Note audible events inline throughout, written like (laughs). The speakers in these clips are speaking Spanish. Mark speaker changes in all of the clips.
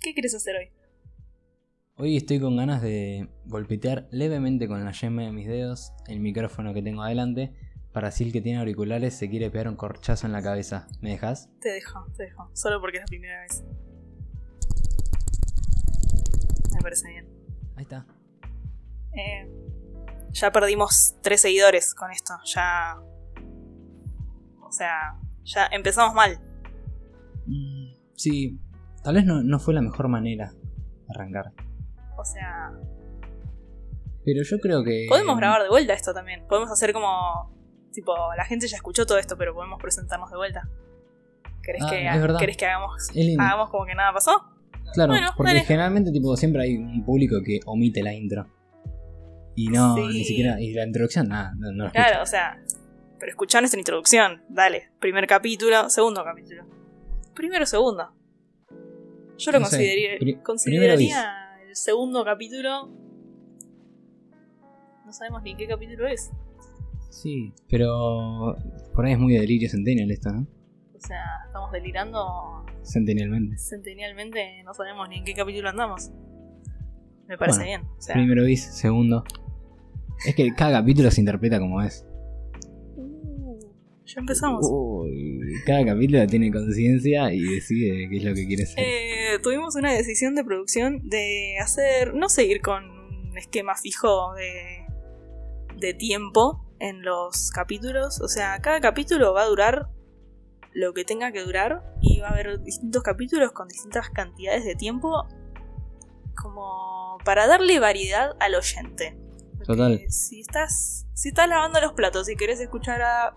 Speaker 1: ¿Qué quieres hacer hoy?
Speaker 2: Hoy estoy con ganas de golpetear levemente con la yema de mis dedos el micrófono que tengo adelante para si el que tiene auriculares se quiere pegar un corchazo en la cabeza. ¿Me dejas?
Speaker 1: Te dejo, te dejo. Solo porque es la primera vez. Me parece bien.
Speaker 2: Ahí está.
Speaker 1: Eh, ya perdimos tres seguidores con esto. Ya. O sea, ya empezamos mal.
Speaker 2: Mm, Sí, tal vez no, no fue la mejor manera de arrancar.
Speaker 1: O sea,
Speaker 2: Pero yo creo que... eh,
Speaker 1: podemos grabar de vuelta esto también. Podemos hacer como. Tipo, la gente ya escuchó todo esto, pero podemos presentarnos de vuelta. ¿Querés,
Speaker 2: Ah,
Speaker 1: que,
Speaker 2: es verdad.
Speaker 1: ¿querés que hagamos,
Speaker 2: Es lindo.
Speaker 1: hagamos como que nada pasó?
Speaker 2: Claro,
Speaker 1: Bueno,
Speaker 2: porque
Speaker 1: dale.
Speaker 2: generalmente tipo siempre hay un público que omite la intro. Y no,
Speaker 1: Sí.
Speaker 2: ni siquiera, y la introducción, nada, no, no la escucho.
Speaker 1: Claro, o sea. Pero escuchar nuestra introducción. Dale. Primer capítulo, segundo capítulo. Primero, segundo. Yo lo
Speaker 2: No sé,
Speaker 1: consideraría,
Speaker 2: pri-
Speaker 1: consideraría el segundo capítulo. No sabemos ni qué capítulo es.
Speaker 2: Sí, pero por ahí es muy de delirio centennial esto, ¿no?
Speaker 1: O sea, estamos delirando
Speaker 2: Centennialmente.
Speaker 1: centenialmente. No sabemos ni en qué capítulo andamos. Me parece
Speaker 2: Bueno,
Speaker 1: bien. O sea,
Speaker 2: Primero bis, segundo. Es que cada capítulo se interpreta como es.
Speaker 1: uh, ya empezamos.
Speaker 2: Uy, cada capítulo tiene conciencia y decide qué es lo que quiere ser.
Speaker 1: Eh, tuvimos una decisión de producción de hacer, no seguir con un esquema fijo de, de tiempo en los capítulos. O sea, cada capítulo va a durar lo que tenga que durar y va a haber distintos capítulos con distintas cantidades de tiempo como para darle variedad al oyente. Porque
Speaker 2: Total.
Speaker 1: Si estás, si estás lavando los platos y querés escuchar a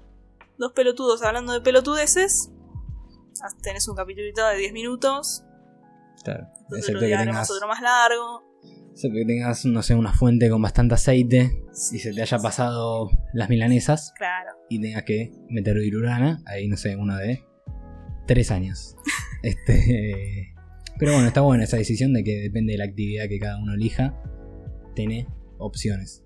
Speaker 1: dos pelotudos hablando de pelotudeces, haz- tenés un capítulito de 10 minutos,
Speaker 2: Claro.
Speaker 1: entonces
Speaker 2: Excepto
Speaker 1: otro
Speaker 2: que,
Speaker 1: día haremos
Speaker 2: tengas,
Speaker 1: otro más largo.
Speaker 2: excepto que tengas, no sé, una fuente con bastante aceite y se te haya pasado las milanesas
Speaker 1: Claro.
Speaker 2: y tengas que meter virulana. Ahí, no sé, uno de
Speaker 1: (laughs)
Speaker 2: tres años. este Pero bueno, está buena esa decisión de que depende de la actividad que cada uno elija, tiene opciones.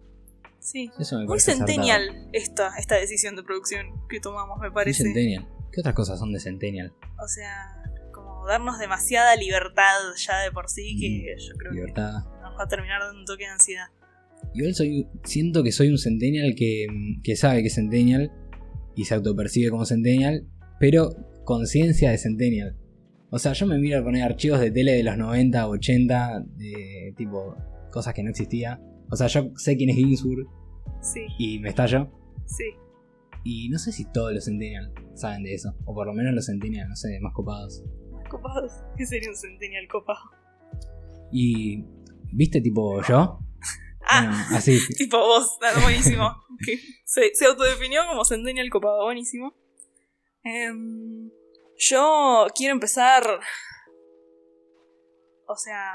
Speaker 1: Sí.
Speaker 2: Eso me
Speaker 1: Muy
Speaker 2: parece acertado.
Speaker 1: centennial esta, esta decisión de producción que tomamos, me
Speaker 2: Muy
Speaker 1: parece.
Speaker 2: centennial. ¿Qué otras cosas son de Centennial?
Speaker 1: O sea, como darnos demasiada libertad ya de por sí, que yo creo
Speaker 2: Libertad.
Speaker 1: que nos va a terminar dando un toque de ansiedad.
Speaker 2: Igual soy, siento que soy un centennial que, que sabe que es centennial y se autopercibe como centennial, pero conciencia de centennial. O sea, yo me miro a poner archivos de tele de los 90, 80, de tipo cosas que no existía. O sea, yo sé quién es Ginsburg
Speaker 1: Sí,
Speaker 2: y me estallo.
Speaker 1: sí.
Speaker 2: Y no sé si todos los centennial saben de eso. O por lo menos los centennial, no sé, más copados.
Speaker 1: Copados. ¿Qué sería un centennial copado?
Speaker 2: Y, ¿viste tipo yo?
Speaker 1: Ah,
Speaker 2: Bueno, así.
Speaker 1: Tipo vos, ah, buenísimo. (laughs) Que se, se autodefinió como Centennial Copado, buenísimo. Em, yo quiero empezar. O sea,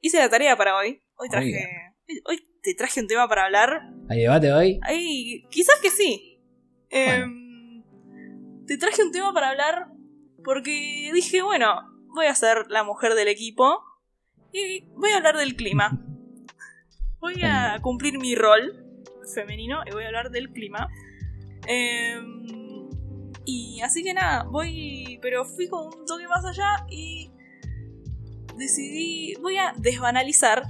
Speaker 1: hice la tarea para hoy. Hoy traje. Hoy, hoy te traje un tema para hablar.
Speaker 2: ¿Hay debate hoy?
Speaker 1: Ay, quizás que sí. Em, Te traje un tema para hablar porque dije, bueno, voy a ser la mujer del equipo y voy a hablar del clima. Voy
Speaker 2: Em.
Speaker 1: a cumplir mi rol femenino y voy a hablar del clima. Em, y así que nada, voy, pero fui con un toque más allá y decidí, voy a desbanalizar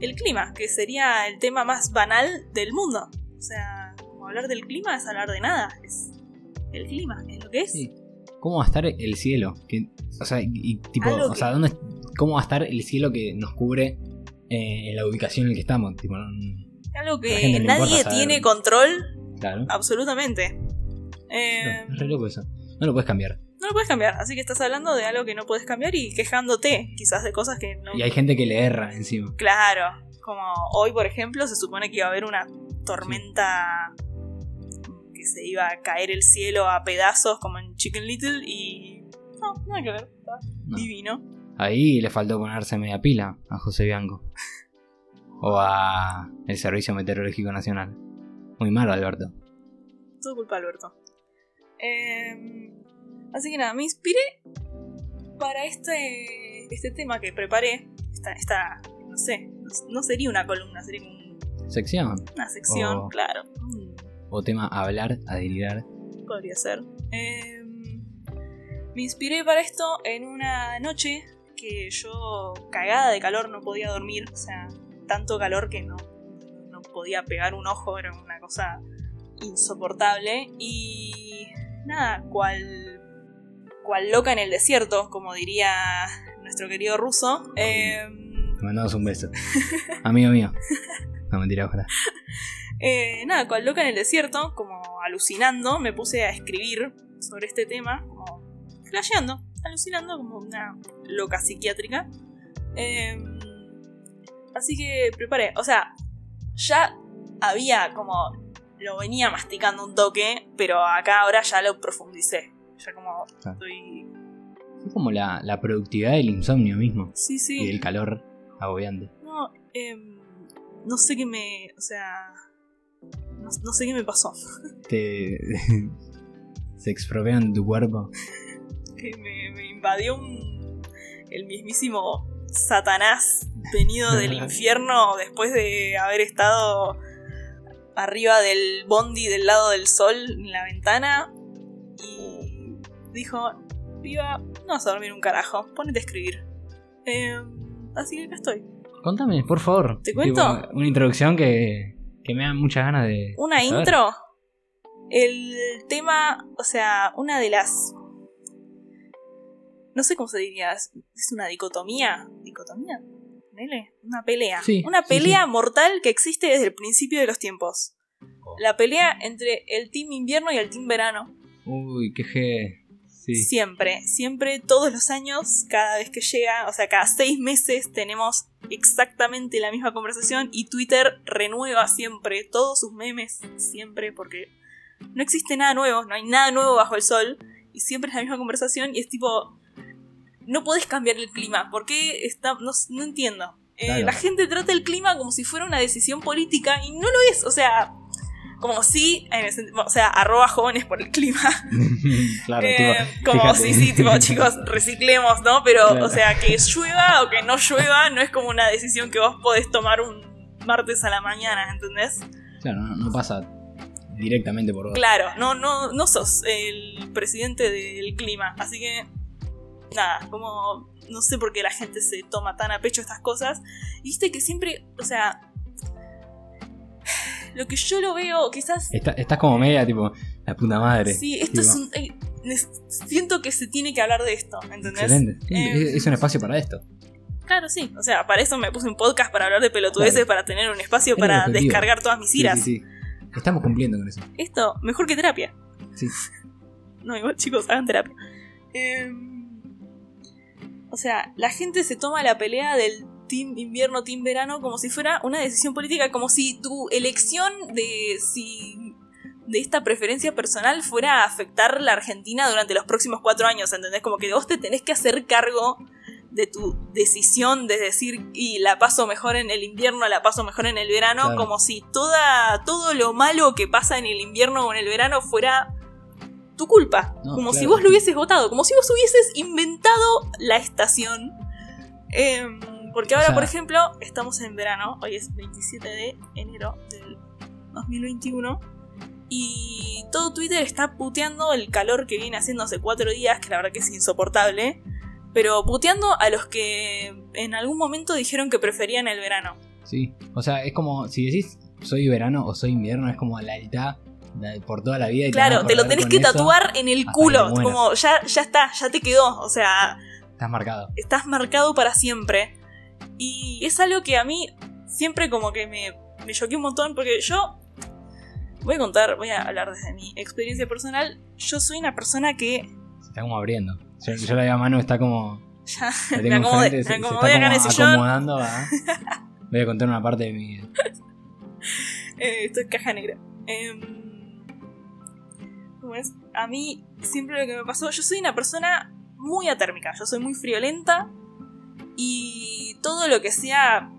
Speaker 1: el clima, que sería el tema más banal del mundo. O sea, como hablar del clima es hablar de nada, es el clima, es lo que es.
Speaker 2: Sí. ¿Cómo va a estar el cielo? Que, o sea, y- y tipo,
Speaker 1: Algo
Speaker 2: o sea,
Speaker 1: que-
Speaker 2: ¿dónde, ¿cómo va a estar el cielo que nos cubre eh, en la ubicación en la que estamos? Tipo, no-
Speaker 1: Algo
Speaker 2: A la
Speaker 1: que
Speaker 2: gente no le
Speaker 1: nadie
Speaker 2: importa saber.
Speaker 1: tiene control,
Speaker 2: claro.
Speaker 1: absolutamente. Eh,
Speaker 2: No, es re loco eso. No lo puedes cambiar.
Speaker 1: no lo puedes cambiar, así que estás hablando de algo que no puedes cambiar y quejándote quizás de cosas que no...
Speaker 2: Y hay gente que le erra encima.
Speaker 1: Claro, como hoy por ejemplo se supone que iba a haber una tormenta que se iba a caer el cielo a pedazos como en Chicken Little y... No, nada que ver, está
Speaker 2: No.
Speaker 1: divino.
Speaker 2: Ahí le faltó ponerse media pila a José Bianco. O a el Servicio Meteorológico Nacional. Muy malo, Alberto.
Speaker 1: Todo culpa de Alberto. Eh, así que nada, me inspiré para este, este tema que preparé. Esta, esta, no sé, no sería una columna, sería como un-
Speaker 2: Sección.
Speaker 1: una sección,
Speaker 2: Oh.
Speaker 1: claro. Mm,
Speaker 2: O tema a hablar, a delirar.
Speaker 1: Em, Podría ser. Eh, me inspiré para esto en una noche que yo cagada de calor no podía dormir, o sea, tanto calor que no, no podía pegar un ojo, era una cosa insoportable y nada, cual, cual loca en el desierto, como diría nuestro querido ruso. eh,
Speaker 2: Te mandamos
Speaker 1: (laughs)
Speaker 2: un beso. Amigo mío. No, mentira, ojalá.
Speaker 1: eh, nada, cual loca en el desierto, como alucinando, me puse a escribir sobre este tema, como flasheando, alucinando como una loca psiquiátrica. Eh, así que preparé, o sea, ya había como, lo venía masticando un toque, pero acá ahora ya lo profundicé. Ya como
Speaker 2: Ah.
Speaker 1: estoy...
Speaker 2: Es como la, la productividad del insomnio mismo.
Speaker 1: Sí, sí.
Speaker 2: Y del calor agobiante.
Speaker 1: No, em, no sé qué me. O sea. No, no sé qué me pasó.
Speaker 2: Te... (laughs) Se expropian tu cuerpo.
Speaker 1: Que me, me invadió un- el mismísimo Satanás venido del infierno después de haber estado arriba del bondi del lado del sol en la ventana. Y dijo: Viva, no vas a dormir un carajo, ponete a escribir. Em, así que acá estoy.
Speaker 2: Contame, por favor.
Speaker 1: ¿Te cuento?
Speaker 2: Tipo, una introducción que, que me da muchas ganas de.
Speaker 1: una
Speaker 2: de saber.
Speaker 1: intro. El tema, o sea, una de las. No sé cómo se diría. Es es una dicotomía. ¿Dicotomía? Ponele, Una pelea.
Speaker 2: Sí,
Speaker 1: una
Speaker 2: sí,
Speaker 1: pelea mortal que existe desde el principio de los tiempos.
Speaker 2: Oh.
Speaker 1: La pelea entre el team invierno y el team verano.
Speaker 2: Uy, qué je. Sí.
Speaker 1: Siempre, siempre, todos los años, cada vez que llega, o sea, cada seis meses tenemos exactamente la misma conversación y Twitter renueva siempre todos sus memes, siempre, porque no existe nada nuevo, no hay nada nuevo bajo el sol y siempre es la misma conversación y es tipo, no podés cambiar el clima, ¿por qué está, no, s- no entiendo? Eh,
Speaker 2: Claro.
Speaker 1: La gente trata el clima como si fuera una decisión política y no lo es, o sea, como si, en el sen- o sea, arroba jóvenes por el clima.
Speaker 2: (laughs) claro,
Speaker 1: Eh,
Speaker 2: Ah, tipo,
Speaker 1: como
Speaker 2: fíjate.
Speaker 1: sí, sí,
Speaker 2: (laughs)
Speaker 1: tipo, chicos, reciclemos, ¿no? Pero,
Speaker 2: Claro.
Speaker 1: o sea, que llueva o que no llueva no es como una decisión que vos podés tomar un martes a la mañana, ¿entendés?
Speaker 2: Claro, no, no pasa directamente por vos.
Speaker 1: Claro, no, no, no sos el presidente del clima, así que nada, como no sé por qué la gente se toma tan a pecho estas cosas. Y viste que siempre, o sea, lo que yo lo veo, quizás
Speaker 2: Está- estás como media, tipo, la puta madre.
Speaker 1: sí, esto
Speaker 2: Tipo,
Speaker 1: es un eh, nes- siento que se tiene que hablar de esto, ¿entendés?
Speaker 2: Excelente. Sí,
Speaker 1: Eh,
Speaker 2: es- es un espacio para esto.
Speaker 1: Claro, sí. O sea, para eso me puse un podcast para hablar de pelotudeces,
Speaker 2: Claro.
Speaker 1: para tener un espacio
Speaker 2: Era el
Speaker 1: para
Speaker 2: objetivo.
Speaker 1: descargar todas mis
Speaker 2: Sí,
Speaker 1: iras.
Speaker 2: sí, sí. Estamos cumpliendo con eso.
Speaker 1: Esto, mejor que terapia.
Speaker 2: Sí.
Speaker 1: No, igual, chicos, hagan terapia. Eh, o sea, la gente se toma la pelea del team invierno, team verano, como si fuera una decisión política, como si tu elección de si de esta preferencia personal fuera a afectar la Argentina durante los próximos cuatro años, ¿entendés? Como que vos te tenés que hacer cargo de tu decisión de decir y la paso mejor en el invierno, la paso mejor en el verano,
Speaker 2: Claro.
Speaker 1: como si toda, todo lo malo que pasa en el invierno o en el verano fuera tu culpa.
Speaker 2: No,
Speaker 1: como si
Speaker 2: claro.
Speaker 1: vos lo hubieses votado, como si vos hubieses inventado la estación. Em, porque ahora,
Speaker 2: O sea-
Speaker 1: por ejemplo, estamos en verano, hoy es 27 de enero del 2021. Y todo Twitter está puteando el calor que viene haciendo hace cuatro días, que la verdad que es insoportable. Pero puteando a los que en algún momento dijeron que preferían el verano.
Speaker 2: Sí. O sea, es como, si decís soy verano o soy invierno, es como la mitad la- por toda la vida. y
Speaker 1: Claro,
Speaker 2: vas a
Speaker 1: te lo
Speaker 2: acordar
Speaker 1: tenés
Speaker 2: con
Speaker 1: que
Speaker 2: eso,
Speaker 1: tatuar en el
Speaker 2: hasta
Speaker 1: culo.
Speaker 2: que te mueras.
Speaker 1: Como ya, ya está, ya te quedó. O sea,
Speaker 2: Estás marcado.
Speaker 1: estás marcado para siempre. Y es algo que a mí siempre como que me, me choqué un montón porque yo voy a contar, voy a hablar desde mi experiencia personal. Yo soy una persona que (laughs)
Speaker 2: Se está como abriendo. Yo, yo la veo a mano, está como.
Speaker 1: ya
Speaker 2: La tengo
Speaker 1: Me acomodé,
Speaker 2: enfrente,
Speaker 1: me
Speaker 2: se, se está
Speaker 1: acomodé acá en el
Speaker 2: como
Speaker 1: sillón.
Speaker 2: acomodando. ¿ah?
Speaker 1: (laughs)
Speaker 2: Voy a contar una parte de mi.
Speaker 1: Eh, esto es caja negra. Em, ¿cómo es? A mí siempre lo que me pasó, yo soy una persona muy atérmica, yo soy muy friolenta y todo lo que sea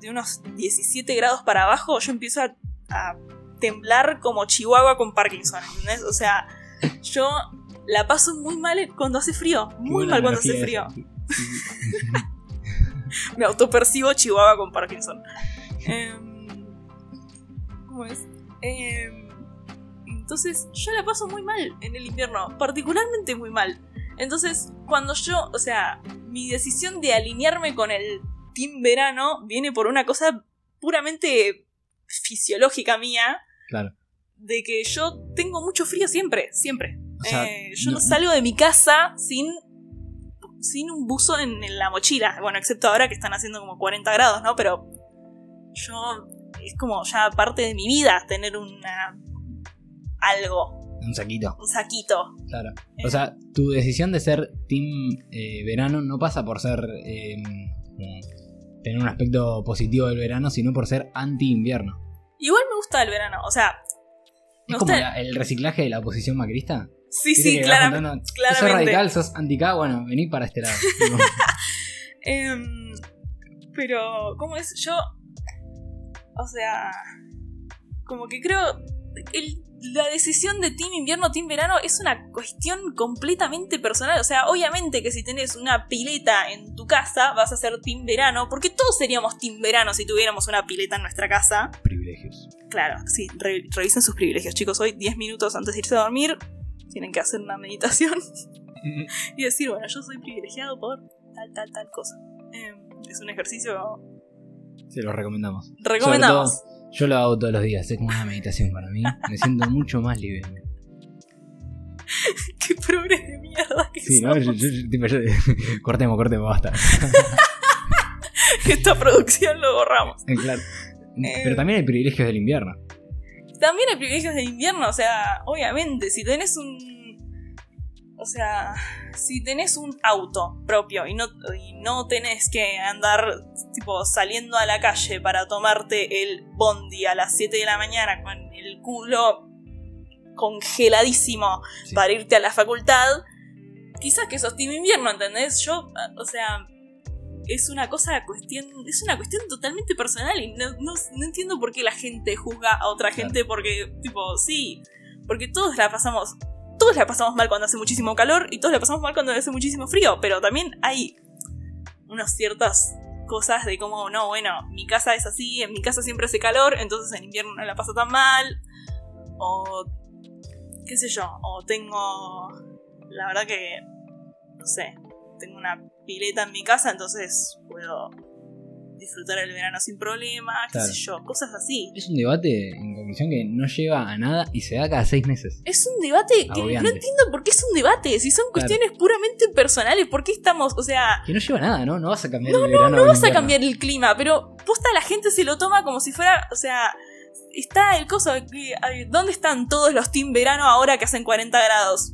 Speaker 1: de unos 17 grados para abajo, yo empiezo a, a temblar como Chihuahua con Parkinson, ¿entendés? O sea, yo la paso muy mal cuando hace frío, muy
Speaker 2: Buena
Speaker 1: mal cuando hace
Speaker 2: analogía
Speaker 1: frío. (laughs)
Speaker 2: esa.
Speaker 1: Me autopercibo Chihuahua con Parkinson. Em, ¿Cómo es? Em, entonces, yo la paso muy mal en el invierno, particularmente muy mal. Entonces, cuando yo, o sea, mi decisión de alinearme con el Team Verano viene por una cosa puramente fisiológica mía,
Speaker 2: Claro.
Speaker 1: de que yo tengo mucho frío siempre, siempre.
Speaker 2: O sea,
Speaker 1: Eh, yo no
Speaker 2: no-
Speaker 1: salgo de mi casa sin, sin un buzo en, en la mochila. Bueno, excepto ahora que están haciendo como 40 grados, ¿no? Pero yo es como ya parte de mi vida tener una algo,
Speaker 2: Un saquito,
Speaker 1: un saquito.
Speaker 2: claro.
Speaker 1: Eh.
Speaker 2: O sea, tu decisión de ser team eh, verano no pasa por ser. eh, como tener un aspecto positivo del verano, sino por ser anti-invierno.
Speaker 1: Igual me gusta el verano, o sea,
Speaker 2: Es
Speaker 1: Me
Speaker 2: como
Speaker 1: gusta-
Speaker 2: la- el reciclaje de la oposición macrista.
Speaker 1: sí,
Speaker 2: Viste
Speaker 1: sí,
Speaker 2: que vas
Speaker 1: claram-
Speaker 2: juntando, Sos
Speaker 1: claramente.
Speaker 2: radical, sos anti K, bueno, vení para
Speaker 1: (laughs)
Speaker 2: este lado. Tipo,
Speaker 1: Em, pero, ¿cómo es? Yo. O sea. Como que creo. el- la decisión de Team Invierno, Team Verano es una cuestión completamente personal. O sea, obviamente que si tenés una pileta en tu casa, vas a ser Team Verano. Porque todos seríamos Team Verano si tuviéramos una pileta en nuestra casa.
Speaker 2: privilegios.
Speaker 1: Claro, sí, re- revisen sus privilegios, chicos. Hoy, 10 minutos antes de irse a dormir, tienen que hacer una meditación (laughs) y decir, bueno, yo soy privilegiado por tal, tal, tal cosa. Em, es un ejercicio
Speaker 2: Se los recomendamos.
Speaker 1: recomendamos. (laughs)
Speaker 2: Yo lo hago todos los días, es como una meditación para mí. Me siento mucho más libre.
Speaker 1: Qué progres de mierda que
Speaker 2: Sí,
Speaker 1: somos.
Speaker 2: ¿no? Yo- yo- yo-
Speaker 1: (laughs)
Speaker 2: tipo, yo- cortemos, cortemos, basta.
Speaker 1: Esta producción lo borramos.
Speaker 2: Eh, claro. Pero también hay privilegios del invierno.
Speaker 1: También hay privilegios del invierno, o sea, obviamente, si tenés un. O sea, si tenés un auto propio y no, y no tenés que andar tipo saliendo a la calle para tomarte el bondi a las 7 de la mañana con el culo congeladísimo
Speaker 2: Sí.
Speaker 1: para irte a la facultad, quizás que sos team invierno, ¿entendés? Yo, ah, o sea, es una cosa cuestión, es una cuestión totalmente personal y no, no- no entiendo por qué la gente juzga a otra
Speaker 2: Claro.
Speaker 1: gente porque, tipo, sí, porque todos la pasamos, todos la pasamos mal cuando hace muchísimo calor y todos la pasamos mal cuando hace muchísimo frío, pero también hay unas ciertas cosas de como, no, bueno, mi casa es así, en mi casa siempre hace calor, entonces en invierno no la paso tan mal, o qué sé yo, o tengo, la verdad que, no sé, tengo una pileta en mi casa, entonces puedo disfrutar el verano sin problema, qué
Speaker 2: Claro.
Speaker 1: sé yo, cosas así.
Speaker 2: Es un debate en conclusión que no lleva a nada y se da cada seis meses.
Speaker 1: Es un debate que
Speaker 2: Agobiante.
Speaker 1: no entiendo por qué es un debate, si son
Speaker 2: Claro.
Speaker 1: cuestiones puramente personales, por qué estamos, o sea,
Speaker 2: Que no lleva a nada, ¿no? No vas a cambiar el verano. o
Speaker 1: no
Speaker 2: el
Speaker 1: vas a
Speaker 2: invierno.
Speaker 1: cambiar el clima, pero posta la gente se lo toma como si fuera, o sea, está el coso de que, ay, ¿dónde están todos los team verano ahora que hacen 40 grados?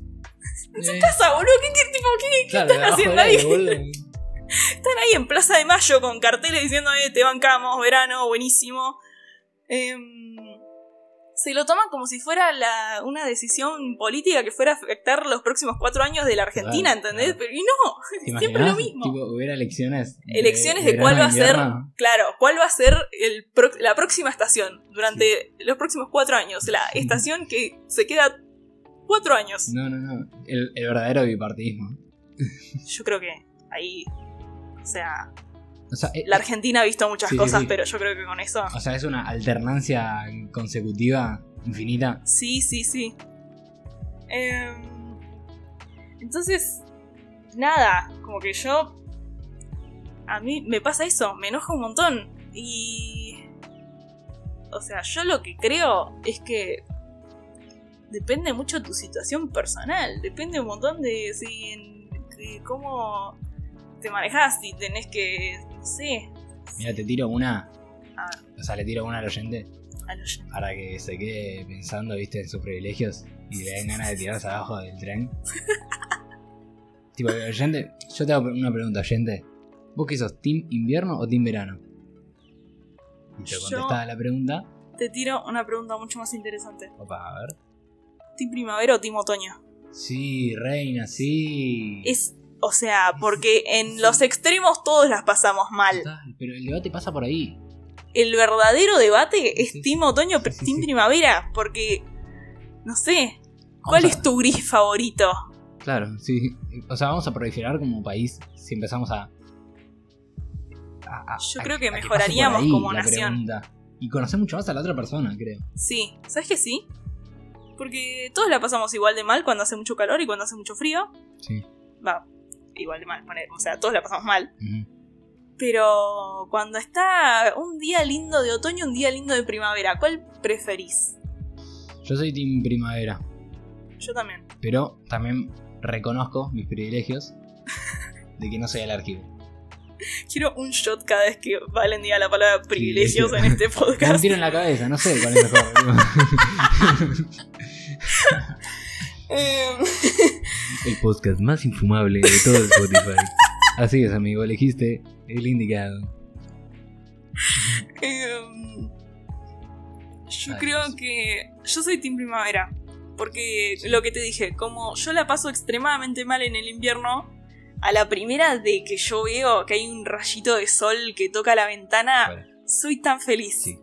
Speaker 2: Eh,
Speaker 1: Casa, boludo, ¿qué, qué- tipo, qué-
Speaker 2: claro,
Speaker 1: están haciendo
Speaker 2: abajo de
Speaker 1: ahí? (laughs)
Speaker 2: boludo.
Speaker 1: están ahí en Plaza de Mayo con carteles diciendo, eh, te bancamos, verano, buenísimo. Em, se lo toman como si fuera la, una decisión política que fuera a afectar los próximos cuatro años de la Argentina,
Speaker 2: Claro,
Speaker 1: ¿entendés?
Speaker 2: claro.
Speaker 1: Pero y no,
Speaker 2: ¿Te imaginás?
Speaker 1: (laughs) siempre lo mismo.
Speaker 2: Tipo, hubiera elecciones. entre
Speaker 1: Elecciones de
Speaker 2: verano
Speaker 1: cuál
Speaker 2: e
Speaker 1: va a ser,
Speaker 2: invierno.
Speaker 1: claro, cuál va a ser el pro- la próxima estación durante los próximos cuatro años, la estación que se queda cuatro años.
Speaker 2: No, no, no. El, el verdadero bipartidismo.
Speaker 1: Yo creo que ahí, o sea,
Speaker 2: O sea, eh,
Speaker 1: la Argentina ha visto muchas
Speaker 2: Sí, sí,
Speaker 1: cosas,
Speaker 2: sí.
Speaker 1: pero yo creo que con eso,
Speaker 2: o sea, es una alternancia consecutiva infinita.
Speaker 1: sí, sí, sí. Em, entonces, nada, como que yo, a mí me pasa eso, me enoja un montón y O sea, yo lo que creo es que depende mucho de tu situación personal, depende un montón de, si en- de cómo te manejas, si tenés que, no sé,
Speaker 2: Mira, te tiro una.
Speaker 1: Ah.
Speaker 2: O sea, le tiro una al oyente
Speaker 1: a los-
Speaker 2: para que se quede pensando, viste, en sus privilegios y le den ganas de tirarse abajo
Speaker 1: (laughs)
Speaker 2: del tren. tipo, oyente, yo te hago una pregunta, oyente. ¿Vos qué sos, team invierno o team verano? Y te
Speaker 1: Yo-
Speaker 2: contestaba la pregunta.
Speaker 1: te tiro una pregunta mucho más interesante.
Speaker 2: Opa, a ver.
Speaker 1: ¿Team primavera o team otoño?
Speaker 2: Sí, reina, sí.
Speaker 1: Es, o sea, porque en los extremos todos las pasamos mal.
Speaker 2: Total, Pero el debate pasa por ahí.
Speaker 1: El verdadero debate
Speaker 2: Sí,
Speaker 1: es team otoño,
Speaker 2: sí,
Speaker 1: pero
Speaker 2: sí,
Speaker 1: team
Speaker 2: sí.
Speaker 1: primavera, porque, no sé, ¿cuál
Speaker 2: Vamos
Speaker 1: es tu gris favorito?
Speaker 2: a- Claro, sí. O sea, vamos a proliferar como país si empezamos a. a- a-
Speaker 1: Yo
Speaker 2: a-
Speaker 1: creo que
Speaker 2: a pase por
Speaker 1: mejoraríamos
Speaker 2: ahí
Speaker 1: como
Speaker 2: la
Speaker 1: nación.
Speaker 2: pregunta. Y conocer mucho más a la otra persona, creo.
Speaker 1: Sí, ¿sabes que sí? Porque todos la pasamos igual de mal cuando hace mucho calor y cuando hace mucho frío.
Speaker 2: Sí.
Speaker 1: va, igual de mal, poner, o sea, todos la pasamos mal.
Speaker 2: Ujú.
Speaker 1: Pero cuando está un día lindo de otoño, un día lindo de primavera, ¿cuál preferís?
Speaker 2: Yo soy Team Primavera,
Speaker 1: Yo también.
Speaker 2: pero también reconozco mis privilegios de que no soy
Speaker 1: (laughs)
Speaker 2: alérgico.
Speaker 1: Quiero un shot cada vez que Valen diga la palabra privilegios en este
Speaker 2: Me un
Speaker 1: podcast.
Speaker 2: tiro en la cabeza, no sé cuál es mejor.
Speaker 1: (laughs) Em,
Speaker 2: (laughs) El podcast más infumable de todo el Spotify. Así es, amigo, elegiste el indicado.
Speaker 1: em, yo
Speaker 2: Ay,
Speaker 1: creo
Speaker 2: Dios.
Speaker 1: que. Yo soy Team Primavera. Porque lo que te dije, como yo la paso extremadamente mal en el invierno, a la primera de que yo veo que hay un rayito de sol que toca la ventana,
Speaker 2: Vale.
Speaker 1: soy tan feliz.
Speaker 2: Sí.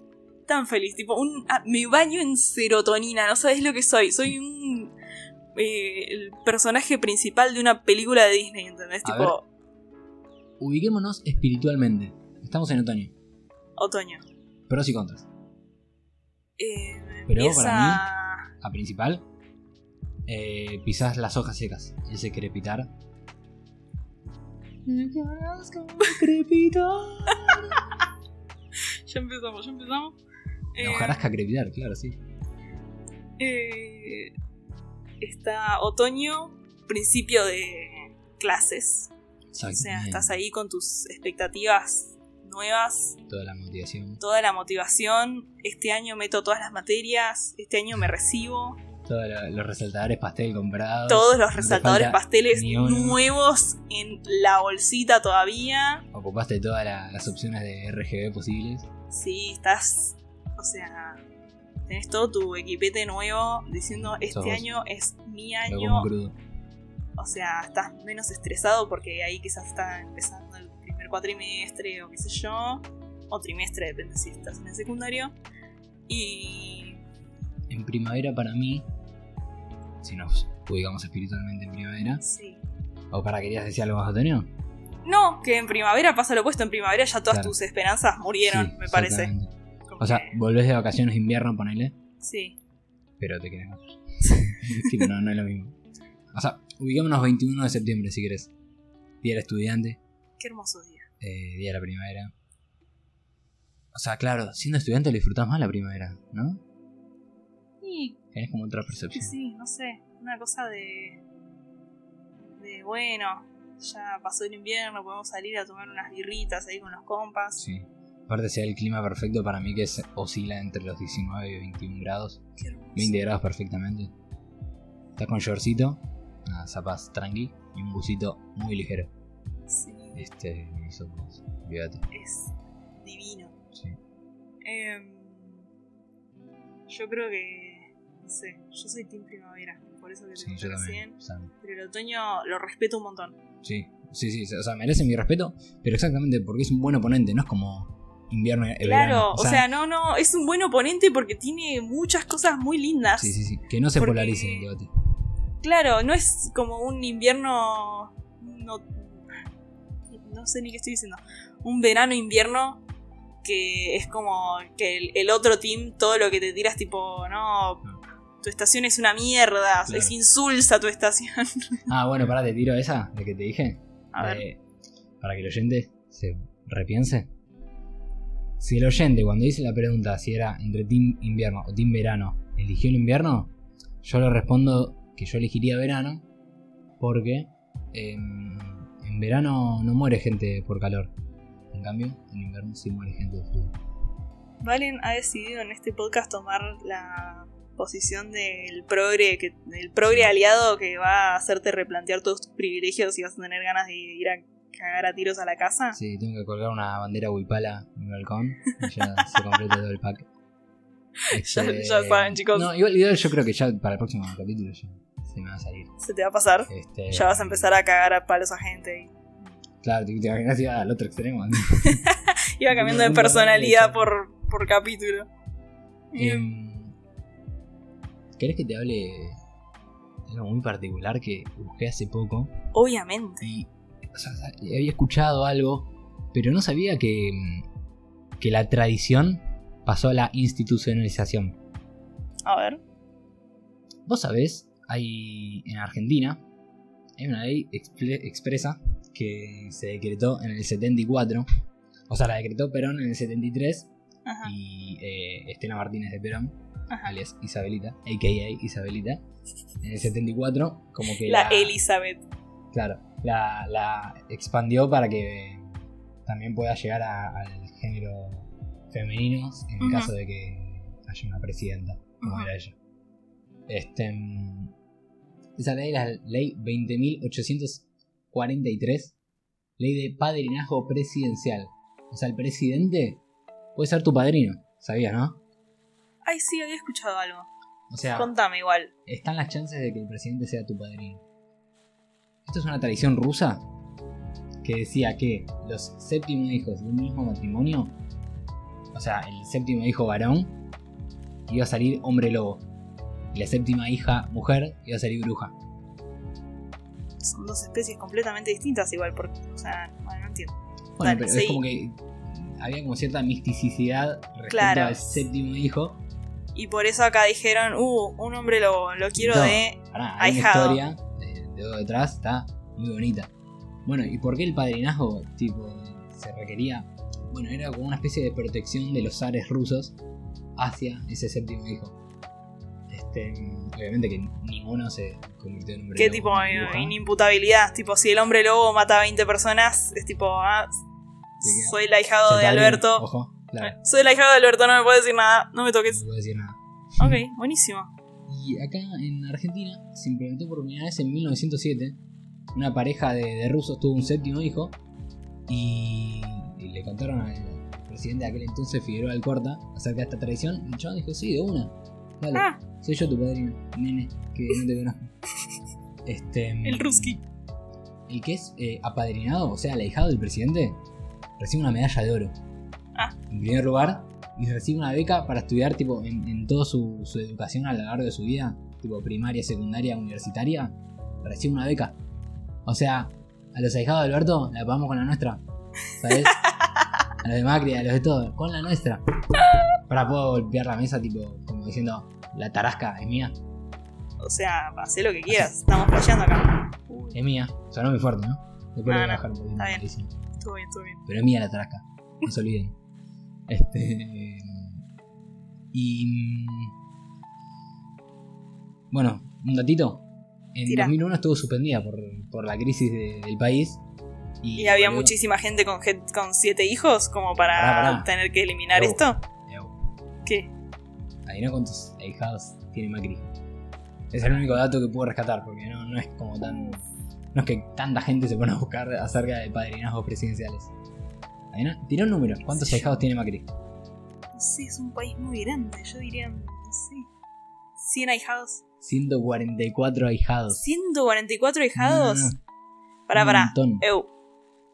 Speaker 1: Tan feliz. Tipo, un, ah, me baño en serotonina, no sabes lo que soy. Soy un. eh, el personaje principal de una película de Disney, ¿entendés?
Speaker 2: A
Speaker 1: tipo,
Speaker 2: Ubiquémonos espiritualmente. Estamos en otoño.
Speaker 1: otoño.
Speaker 2: Pros y contras.
Speaker 1: Eh,
Speaker 2: Pero
Speaker 1: empieza-
Speaker 2: para A principal, eh, pisás las hojas secas. Ese crepitar.
Speaker 1: Ya empezamos, ya empezamos. Eh,
Speaker 2: La hojarasca crepitar, claro, sí.
Speaker 1: eh, está otoño, principio de clases. O sea,
Speaker 2: Exactamente.
Speaker 1: estás ahí con tus expectativas nuevas,
Speaker 2: Toda la motivación,
Speaker 1: toda la motivación. Este año meto todas las materias, este año me recibo.
Speaker 2: todos lo- los resaltadores pastel comprados.
Speaker 1: Todos los
Speaker 2: te
Speaker 1: resaltadores
Speaker 2: falta
Speaker 1: pasteles
Speaker 2: ni uno.
Speaker 1: nuevos en la bolsita todavía.
Speaker 2: Ocupaste todas la- las opciones de RGB posibles.
Speaker 1: Sí, estás. O sea, tenés todo tu equipete nuevo diciendo:
Speaker 2: Sos
Speaker 1: Este
Speaker 2: vos.
Speaker 1: año es mi
Speaker 2: Lo
Speaker 1: año.
Speaker 2: como crudo.
Speaker 1: O sea, estás menos estresado porque ahí quizás está empezando el primer cuatrimestre o qué sé yo. O trimestre, depende si estás en el secundario. Y.
Speaker 2: En primavera para mí, si nos ubicamos espiritualmente en primavera,
Speaker 1: Sí.
Speaker 2: o para querías decir algo más otoño.
Speaker 1: No, que en primavera pasa lo opuesto. En primavera ya todas
Speaker 2: Claro.
Speaker 1: tus esperanzas murieron,
Speaker 2: Sí,
Speaker 1: me parece.
Speaker 2: exactamente.
Speaker 1: Como
Speaker 2: O sea,
Speaker 1: que-
Speaker 2: volvés de vacaciones de invierno, ponele,
Speaker 1: sí.
Speaker 2: pero te quedas. (laughs) Tipo, no, no es lo mismo. O sea, ubiquémonos 21 de septiembre si querés. Día del estudiante,
Speaker 1: Qué hermoso día.
Speaker 2: eh, día de la primavera. O sea, claro, siendo estudiante lo disfrutás más la primavera, ¿no?
Speaker 1: Y
Speaker 2: Tenés como otra
Speaker 1: que
Speaker 2: percepción.
Speaker 1: sí, no sé, una cosa de. de bueno, ya pasó el invierno, podemos salir a tomar unas birritas ahí con los compas.
Speaker 2: Sí. Aparte sea el clima perfecto para mí que es- oscila entre los 19 y 21 grados.
Speaker 1: Qué hermoso.
Speaker 2: 20 grados perfectamente. Estás con shortcito, unas zapas tranqui y un busito muy ligero.
Speaker 1: Sí,
Speaker 2: Este, mis ojos, olvídate.
Speaker 1: es divino.
Speaker 2: Sí.
Speaker 1: Em, yo creo que. no sé, yo soy team primavera, por eso que te
Speaker 2: Sí,
Speaker 1: dije
Speaker 2: yo también.
Speaker 1: recién.
Speaker 2: o sea,
Speaker 1: Pero el otoño lo respeto un montón.
Speaker 2: sí, sí, sí, o sea, merece mi respeto, pero exactamente porque es un buen oponente, no es como invierno y
Speaker 1: claro, o sea, no, no, es un buen oponente porque tiene muchas cosas muy lindas.
Speaker 2: sí, sí, sí, que no se
Speaker 1: porque-
Speaker 2: polarice el debate.
Speaker 1: Claro, no es como un invierno. No, no sé ni qué estoy diciendo. Un verano-invierno que es como que el, el otro team, todo lo que te tiras, tipo, no, tu estación es una mierda,
Speaker 2: Mm. Claro.
Speaker 1: es insulsa tu estación. (laughs)
Speaker 2: Ah, bueno, pará, te tiro esa, la que te dije.
Speaker 1: A ver,
Speaker 2: Eh, para que el oyente se repiense. Si el oyente, cuando hice la pregunta si era entre Team Invierno o Team Verano, eligió el invierno, yo le respondo que yo elegiría verano porque eh, en verano no muere gente por calor. En cambio, en invierno sí muere gente de frío.
Speaker 1: Valen ha decidido en este podcast tomar la posición del progre, que, del progre aliado que va a hacerte replantear todos tus privilegios y vas a tener ganas de ir a cagar a tiros a la casa.
Speaker 2: Sí, tengo que colgar una bandera huipala en mi balcón y ya se completa todo el pack. Este,
Speaker 1: (laughs) ya saben, chicos.
Speaker 2: No, igual, igual yo creo que ya para el próximo capítulo ya se me va a salir.
Speaker 1: Se te va a pasar.
Speaker 2: Este,
Speaker 1: Ya vas a empezar a cagar a palos a gente. y-
Speaker 2: Claro, te, te imaginas iba al otro extremo. (laughs)
Speaker 1: Eh. Iba cambiando de personalidad por, por capítulo. Em,
Speaker 2: Em, ¿Querés que te hable de algo muy particular que busqué hace poco?
Speaker 1: Obviamente.
Speaker 2: Y, o sea, había escuchado algo, pero no sabía que, mm, que la tradición pasó a la institucionalización.
Speaker 1: A ver.
Speaker 2: Vos sabés, hay en Argentina, Hay una ley expre- expresa que se decretó en el 74. O sea, la decretó Perón en el 73
Speaker 1: Ajá,
Speaker 2: y eh, Estela Martínez de Perón,
Speaker 1: ajá.
Speaker 2: alias Isabelita, a.k.a. Isabelita, en el 74, como que...
Speaker 1: La Elizabeth.
Speaker 2: Claro, la, la expandió para que también pueda llegar a- al género femenino en
Speaker 1: Ujú.
Speaker 2: caso de que haya una presidenta, como
Speaker 1: Ujú.
Speaker 2: era ella. Este, mm, esa ley, la ley 20.843, ley de padrinazgo presidencial. O sea, el presidente puede ser tu padrino, ¿sabías, no?
Speaker 1: Ay, sí, había escuchado algo.
Speaker 2: O sea,
Speaker 1: Contame igual.
Speaker 2: están las chances de que el presidente sea tu padrino. Esto es una tradición rusa que decía que los séptimos hijos de un mismo matrimonio, o sea, el séptimo hijo varón, iba a salir hombre lobo. Y la séptima hija mujer iba a salir bruja.
Speaker 1: Son dos especies completamente distintas igual, porque, o sea, bueno, no entiendo.
Speaker 2: Bueno,
Speaker 1: Dale,
Speaker 2: pero es
Speaker 1: seguí.
Speaker 2: como que había como cierta misticidad respecto
Speaker 1: Claro.
Speaker 2: al séptimo hijo.
Speaker 1: Y por eso acá dijeron, uh, un hombre lo, lo quiero
Speaker 2: No.
Speaker 1: de...
Speaker 2: Pará, hay una
Speaker 1: Ahijado.
Speaker 2: historia de, de todo detrás, está muy bonita. Bueno, ¿y por qué el padrinazgo tipo se requería? Bueno, era como una especie de protección de los zares rusos hacia ese séptimo hijo. Este, obviamente que ninguno se convirtió en hombre.
Speaker 1: ¿Qué
Speaker 2: lobo,
Speaker 1: tipo?
Speaker 2: ni
Speaker 1: eh,
Speaker 2: bruja.
Speaker 1: Inimputabilidad. Tipo, si el hombre lobo mata a 20 personas, es tipo, ah,
Speaker 2: Se queda-
Speaker 1: soy el ahijado
Speaker 2: se
Speaker 1: de
Speaker 2: padrino,
Speaker 1: Alberto.
Speaker 2: Ojo, claro,
Speaker 1: Soy el ahijado de Alberto, no me puedo decir nada, no me
Speaker 2: no
Speaker 1: toques.
Speaker 2: puedo decir nada.
Speaker 1: Ok, buenísimo.
Speaker 2: Y acá en Argentina se implementó por primera vez en 1907. Una pareja de, de rusos tuvo un séptimo hijo y, y le contaron al presidente de aquel entonces, Figueroa Alcorta, acerca de esta tradición. Y el chabón dijo: Sí, de una. Dale,
Speaker 1: Ah,
Speaker 2: soy yo tu padrino, nene, que no
Speaker 1: (laughs)
Speaker 2: te conozco. Este,
Speaker 1: el Ruski.
Speaker 2: El que es eh, apadrinado, o sea, el ahijado del presidente, recibe una medalla de oro.
Speaker 1: Ah.
Speaker 2: En primer lugar, y recibe una beca para estudiar tipo en, en toda su, su educación a lo largo de su vida, tipo primaria, secundaria, universitaria, recibe una beca. O sea, a los ahijados de Alberto la pagamos con la nuestra, ¿sabes? a los de Macri, a los de todos, con la nuestra. Para puedo golpear la mesa, tipo, como diciendo, la tarasca es mía,
Speaker 1: O sea, hace lo que quieras, estamos flasheando acá.
Speaker 2: es mía. Sonó muy fuerte, ¿no?
Speaker 1: No,
Speaker 2: Después lo voy a
Speaker 1: Ah, no,
Speaker 2: bajar porque
Speaker 1: está
Speaker 2: me
Speaker 1: bien.
Speaker 2: dicen.
Speaker 1: Estuvo bien, estuvo bien.
Speaker 2: pero es mía la traca, no se olviden. Este. Y. mm, Bueno, un datito. En
Speaker 1: Tira.
Speaker 2: 2001 estuvo suspendida por, por la crisis de- del país. Y,
Speaker 1: ¿Y había
Speaker 2: volvió-
Speaker 1: muchísima gente con, gen- con siete hijos como para
Speaker 2: Pará, pará.
Speaker 1: tener que eliminar
Speaker 2: Oh.
Speaker 1: esto?
Speaker 2: Ew.
Speaker 1: ¿Qué?
Speaker 2: Adivina cuántos ahijados tiene Macri. Es el único dato que puedo rescatar, porque no, no es como tan. No es que tanta gente se pone a buscar acerca de padrinazgos presidenciales. Adivina, tirá un número. ¿Cuántos ahijados tiene Macri?
Speaker 1: No sé, es un país muy grande, yo diría, no sé. 100 ahijados.
Speaker 2: 144 ahijados.
Speaker 1: 144 ahijados.
Speaker 2: No, no,
Speaker 1: Pará,
Speaker 2: Ah, un
Speaker 1: pará.
Speaker 2: montón.
Speaker 1: Eu,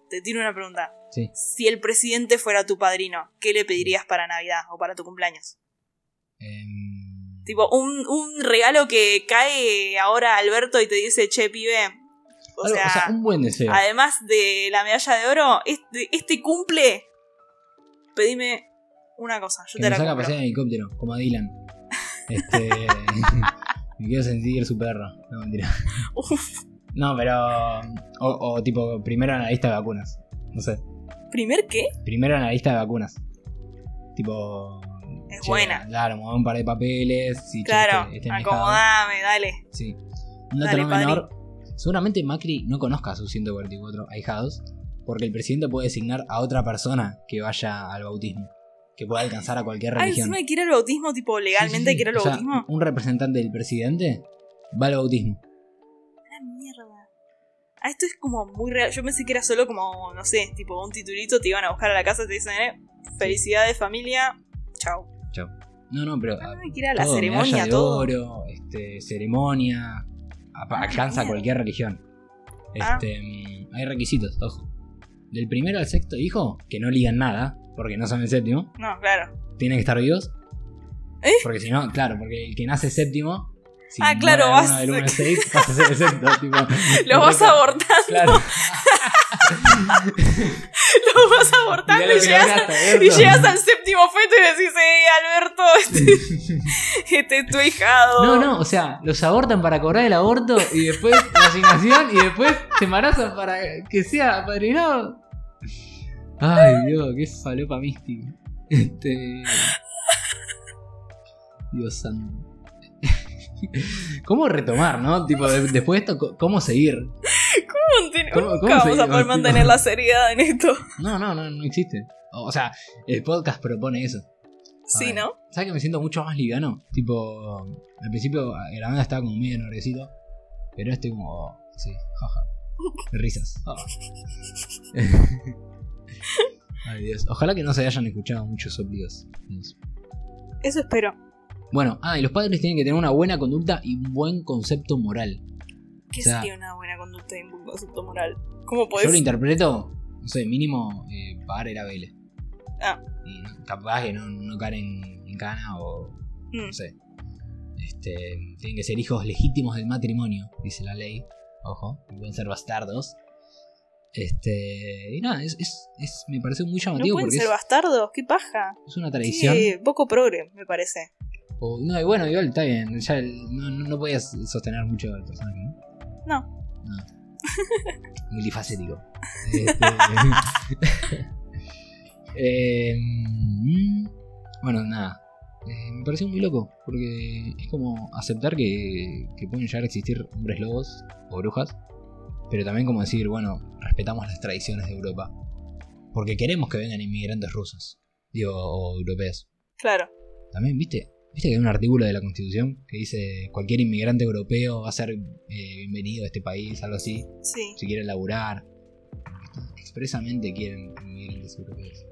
Speaker 1: te tiro una pregunta.
Speaker 2: Sí.
Speaker 1: Si el presidente fuera tu padrino, ¿qué le pedirías para Navidad o para tu cumpleaños?
Speaker 2: Em,
Speaker 1: Tipo, un, un regalo que cae ahora Alberto y te dice, che, pibe. O
Speaker 2: algo-
Speaker 1: sea,
Speaker 2: un buen deseo.
Speaker 1: además de la medalla de oro, este, este cumple. Pedime una cosa, yo
Speaker 2: que
Speaker 1: te
Speaker 2: me
Speaker 1: la
Speaker 2: saca a
Speaker 1: cumplo.
Speaker 2: pasear en helicóptero, como
Speaker 1: (laughs)
Speaker 2: a Dylan. Este, (laughs) me quiero sentir su perro. No, mentira.
Speaker 1: Uf,
Speaker 2: No, pero. O, o tipo, primero en la lista de vacunas. No sé.
Speaker 1: ¿Primer qué?
Speaker 2: Primero en la lista de vacunas. Tipo.
Speaker 1: Es
Speaker 2: che,
Speaker 1: buena.
Speaker 2: Claro, mover un par de papeles. Sí, che,
Speaker 1: Claro,
Speaker 2: este- este me jaba.
Speaker 1: acomodame, dale.
Speaker 2: Sí. Un dato
Speaker 1: Dale,
Speaker 2: no menor. Seguramente Macri no conozca a sus 144 ahijados, porque el presidente puede designar a otra persona que vaya al bautismo, que pueda alcanzar a cualquier
Speaker 1: Ah,
Speaker 2: religión.
Speaker 1: encima quiere el bautismo, tipo, legalmente
Speaker 2: Sí, sí, sí.
Speaker 1: quiere el
Speaker 2: O sea,
Speaker 1: bautismo.
Speaker 2: un representante del presidente va al bautismo.
Speaker 1: La mierda. Ah, esto es como muy real. Yo pensé que era solo como, no sé, tipo un titulito, te iban a buscar a la casa, te dicen, eh, felicidades familia, chao.
Speaker 2: No, no, pero
Speaker 1: Ah,
Speaker 2: a-
Speaker 1: que era la
Speaker 2: todo, medalla
Speaker 1: ceremonia,
Speaker 2: de
Speaker 1: todo.
Speaker 2: oro, este, ceremonia, apa-
Speaker 1: Ah,
Speaker 2: alcanza
Speaker 1: mierda.
Speaker 2: cualquier religión.
Speaker 1: Ah.
Speaker 2: Este, mm, Hay requisitos, ojo. Del primero al sexto hijo, que no ligan nada, porque no son el séptimo,
Speaker 1: No, claro.
Speaker 2: (laughs) tienen que estar vivos.
Speaker 1: ¿Eh?
Speaker 2: Porque si no, claro, porque el que nace séptimo Si
Speaker 1: Ah, claro,
Speaker 2: muere alguno
Speaker 1: vas-
Speaker 2: del uno al seis, vas a ser el sexto.
Speaker 1: (laughs)
Speaker 2: tipo,
Speaker 1: Los vas
Speaker 2: correcto.
Speaker 1: abortando, (laughs)
Speaker 2: Claro.
Speaker 1: los vas
Speaker 2: Mirá
Speaker 1: abortando
Speaker 2: lo
Speaker 1: y
Speaker 2: que
Speaker 1: llegas,
Speaker 2: lograste,
Speaker 1: y
Speaker 2: Alberto.
Speaker 1: llegas al séptimo feto y decís, eh, Alberto,
Speaker 2: (laughs)
Speaker 1: este, este es tu hijado.
Speaker 2: No, no, o sea, los abortan para cobrar el aborto y después la asignación y después se embarazan para que sea apadrinado. Ay, Dios, qué falopa mística. Este. Dios santo. (laughs) ¿Cómo retomar, no? Tipo, de- después de esto, co- ¿cómo seguir?
Speaker 1: Manten-
Speaker 2: ¿Cómo-
Speaker 1: nunca
Speaker 2: cómo
Speaker 1: vamos a
Speaker 2: seguimos,
Speaker 1: poder
Speaker 2: tipo?
Speaker 1: mantener la seriedad en
Speaker 2: (laughs)
Speaker 1: esto.
Speaker 2: No, no, no, no existe. O sea, el podcast propone eso.
Speaker 1: Sí,
Speaker 2: ver.
Speaker 1: ¿no?
Speaker 2: ¿Sabes que me siento mucho más liviano? Tipo, al principio eh, la banda estaba como medio nerviosito, pero estoy como, oh, sí, jaja. Risas. oh. Ay, Dios. Ojalá que no se hayan escuchado muchos soplidos. Dios.
Speaker 1: Eso espero.
Speaker 2: Bueno, ah, y los padres tienen que tener una buena conducta y un buen concepto moral.
Speaker 1: ¿Qué
Speaker 2: O sea-
Speaker 1: sería una buena conducta y un buen concepto moral? ¿Cómo
Speaker 2: Yo lo
Speaker 1: podés?
Speaker 2: interpreto, no sé, mínimo eh, pagar el ABL.
Speaker 1: Ah.
Speaker 2: Y no- capaz que no, no caer en, en cana o
Speaker 1: Mm,
Speaker 2: no sé. Este, tienen que ser hijos legítimos del matrimonio, dice la ley. Ojo, y pueden ser bastardos. Este, y nada, es, es- es- me pareció muy
Speaker 1: ¿No
Speaker 2: llamativo
Speaker 1: pueden
Speaker 2: porque
Speaker 1: ser
Speaker 2: es,
Speaker 1: bastardos? ¿Qué paja?
Speaker 2: es una tradición.
Speaker 1: Qué poco progre, me parece.
Speaker 2: O- no, y bueno, igual está bien, ya el- no, no, no podías sostener mucho al personaje, ¿no?
Speaker 1: No.
Speaker 2: No. Multifacético. (laughs) Este, eh, mm, bueno, nada. Eh, me pareció muy loco, porque es como aceptar que, que pueden llegar a existir hombres lobos o brujas, pero también como decir, bueno, respetamos las tradiciones de Europa, porque queremos que vengan inmigrantes rusos, digo, o europeos.
Speaker 1: Claro.
Speaker 2: También, ¿viste? ¿Viste que hay un artículo de la Constitución que dice cualquier inmigrante europeo va a ser eh, bienvenido a este país, algo así,
Speaker 1: Sí.
Speaker 2: si quiere laburar? Expresamente quieren inmigrantes europeos.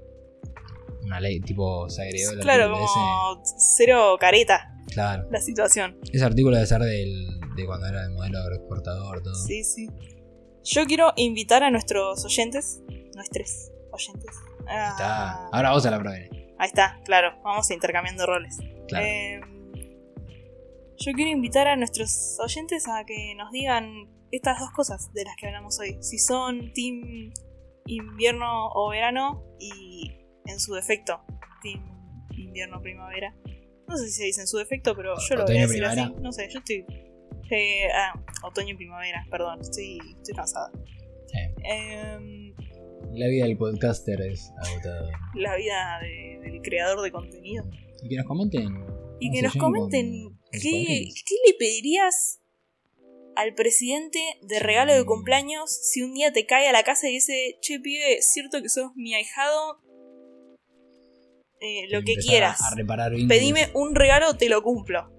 Speaker 2: Una ley, tipo, se agregó el
Speaker 1: Claro,
Speaker 2: artículo
Speaker 1: como cero careta
Speaker 2: ese. Claro.
Speaker 1: la situación.
Speaker 2: Ese artículo debe ser del, de cuando era el modelo exportador, todo.
Speaker 1: Sí, sí. Yo quiero invitar a nuestros oyentes, nuestros oyentes. Ah,
Speaker 2: Está. Ahora vos a la proviene.
Speaker 1: Ahí está, claro. Vamos intercambiando roles.
Speaker 2: Claro.
Speaker 1: Eh, yo quiero invitar a nuestros oyentes a que nos digan estas dos cosas de las que hablamos hoy. Si son team invierno o verano y en su defecto, team invierno primavera. No sé si se dice en su defecto, pero yo lo voy a
Speaker 2: Otoño,
Speaker 1: decir así.
Speaker 2: primavera.
Speaker 1: No sé, yo estoy... eh, ah, otoño y primavera, perdón, estoy, estoy cansada.
Speaker 2: Sí.
Speaker 1: Em,
Speaker 2: La vida del podcaster es agotadora.
Speaker 1: la vida de- del creador de contenido.
Speaker 2: Y que nos comenten.
Speaker 1: Y
Speaker 2: cómo
Speaker 1: que
Speaker 2: se
Speaker 1: nos
Speaker 2: llevan
Speaker 1: comenten
Speaker 2: con- con sus
Speaker 1: qué,
Speaker 2: padrinos.
Speaker 1: qué le pedirías al presidente de regalo de cumpleaños si un día te cae a la casa y dice, che, pibe, es cierto que sos mi ahijado, Eh, lo que
Speaker 2: Empezar a-
Speaker 1: quieras.
Speaker 2: A reparar vínculos.
Speaker 1: Pedime un regalo, te lo cumplo.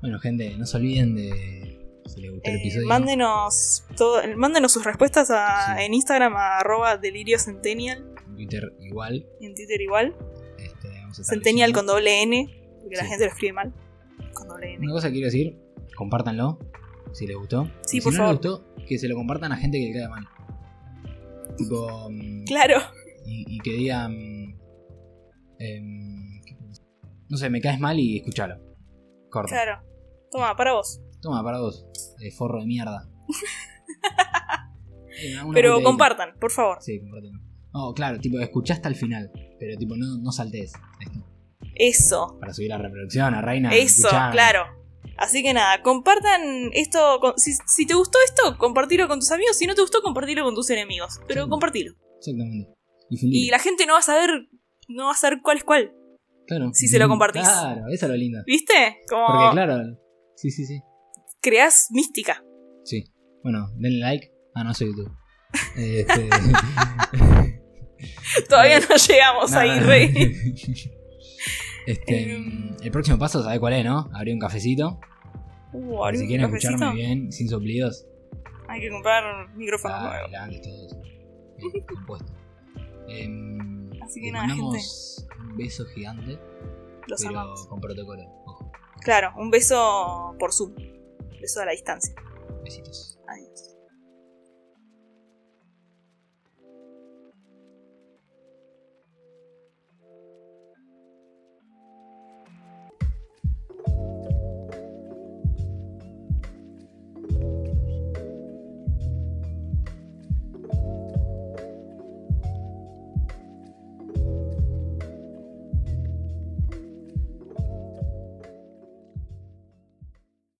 Speaker 2: Bueno, gente, no se olviden de. Si les gustó el
Speaker 1: Eh,
Speaker 2: episodio.
Speaker 1: mándenos, todo, mándenos sus respuestas a-
Speaker 2: Sí.
Speaker 1: en Instagram a arroba deliriocentennial,
Speaker 2: En Twitter igual.
Speaker 1: y en Twitter igual.
Speaker 2: Este, vamos a estar
Speaker 1: Centennial
Speaker 2: leyendo.
Speaker 1: con doble N, porque la
Speaker 2: Sí.
Speaker 1: gente lo escribe mal. Con doble N.
Speaker 2: Una cosa que quiero decir, compártanlo. Si les gustó.
Speaker 1: Sí,
Speaker 2: Y si
Speaker 1: por
Speaker 2: no
Speaker 1: favor.
Speaker 2: les gustó, que se lo compartan a gente que le caiga mal. Tipo. mm,
Speaker 1: Claro,
Speaker 2: Y, y que digan. em, ¿qué puedo decir? no sé, me caes mal y escúchalo. Corta.
Speaker 1: claro. Toma, para vos.
Speaker 2: Toma, para vos. eh, forro
Speaker 1: (laughs)
Speaker 2: de mierda. Eh, una
Speaker 1: Pero
Speaker 2: botellita.
Speaker 1: compartan, por favor.
Speaker 2: Sí, compártelo. No, claro, tipo, escuchá hasta el final. Pero tipo, no, no saltes. Esto.
Speaker 1: Eso,
Speaker 2: Para subir la reproducción, a Reina.
Speaker 1: eso,
Speaker 2: Ah, escuchá.
Speaker 1: claro. Así que nada, compartan esto. con- si, si te gustó esto, compartilo con tus amigos. Si no te gustó, compartilo con tus enemigos. Pero
Speaker 2: Sí.
Speaker 1: compartilo.
Speaker 2: Exactamente.
Speaker 1: Y la gente no va a saber, no va a saber cuál es cuál.
Speaker 2: claro.
Speaker 1: si se lo compartís.
Speaker 2: Claro, eso es lo lindo.
Speaker 1: ¿Viste? Como
Speaker 2: Porque claro, sí, sí, sí.
Speaker 1: creás mística.
Speaker 2: Sí. Bueno, denle like. Ah, no soy YouTube. Eh,
Speaker 1: (laughs)
Speaker 2: Este...
Speaker 1: Todavía no llegamos
Speaker 2: Nada.
Speaker 1: ahí, rey.
Speaker 2: (laughs) Este,
Speaker 1: Em.
Speaker 2: el próximo paso, ¿sabes cuál es, no? Abrir un cafecito.
Speaker 1: Uh,
Speaker 2: Si
Speaker 1: ¿abrimos
Speaker 2: quieren
Speaker 1: un cafecito?
Speaker 2: escucharme bien, sin soplidos.
Speaker 1: Hay que comprar micrófono
Speaker 2: Ah,
Speaker 1: nuevo.
Speaker 2: grandes todos. Bien, compuesto. Em,
Speaker 1: Así que
Speaker 2: les
Speaker 1: nada,
Speaker 2: mandamos un beso gigante,
Speaker 1: Los
Speaker 2: pero
Speaker 1: amamos.
Speaker 2: con protocolo. Ojo,
Speaker 1: Claro, un beso por Zoom. Beso a la distancia.
Speaker 2: besitos.
Speaker 1: Adiós.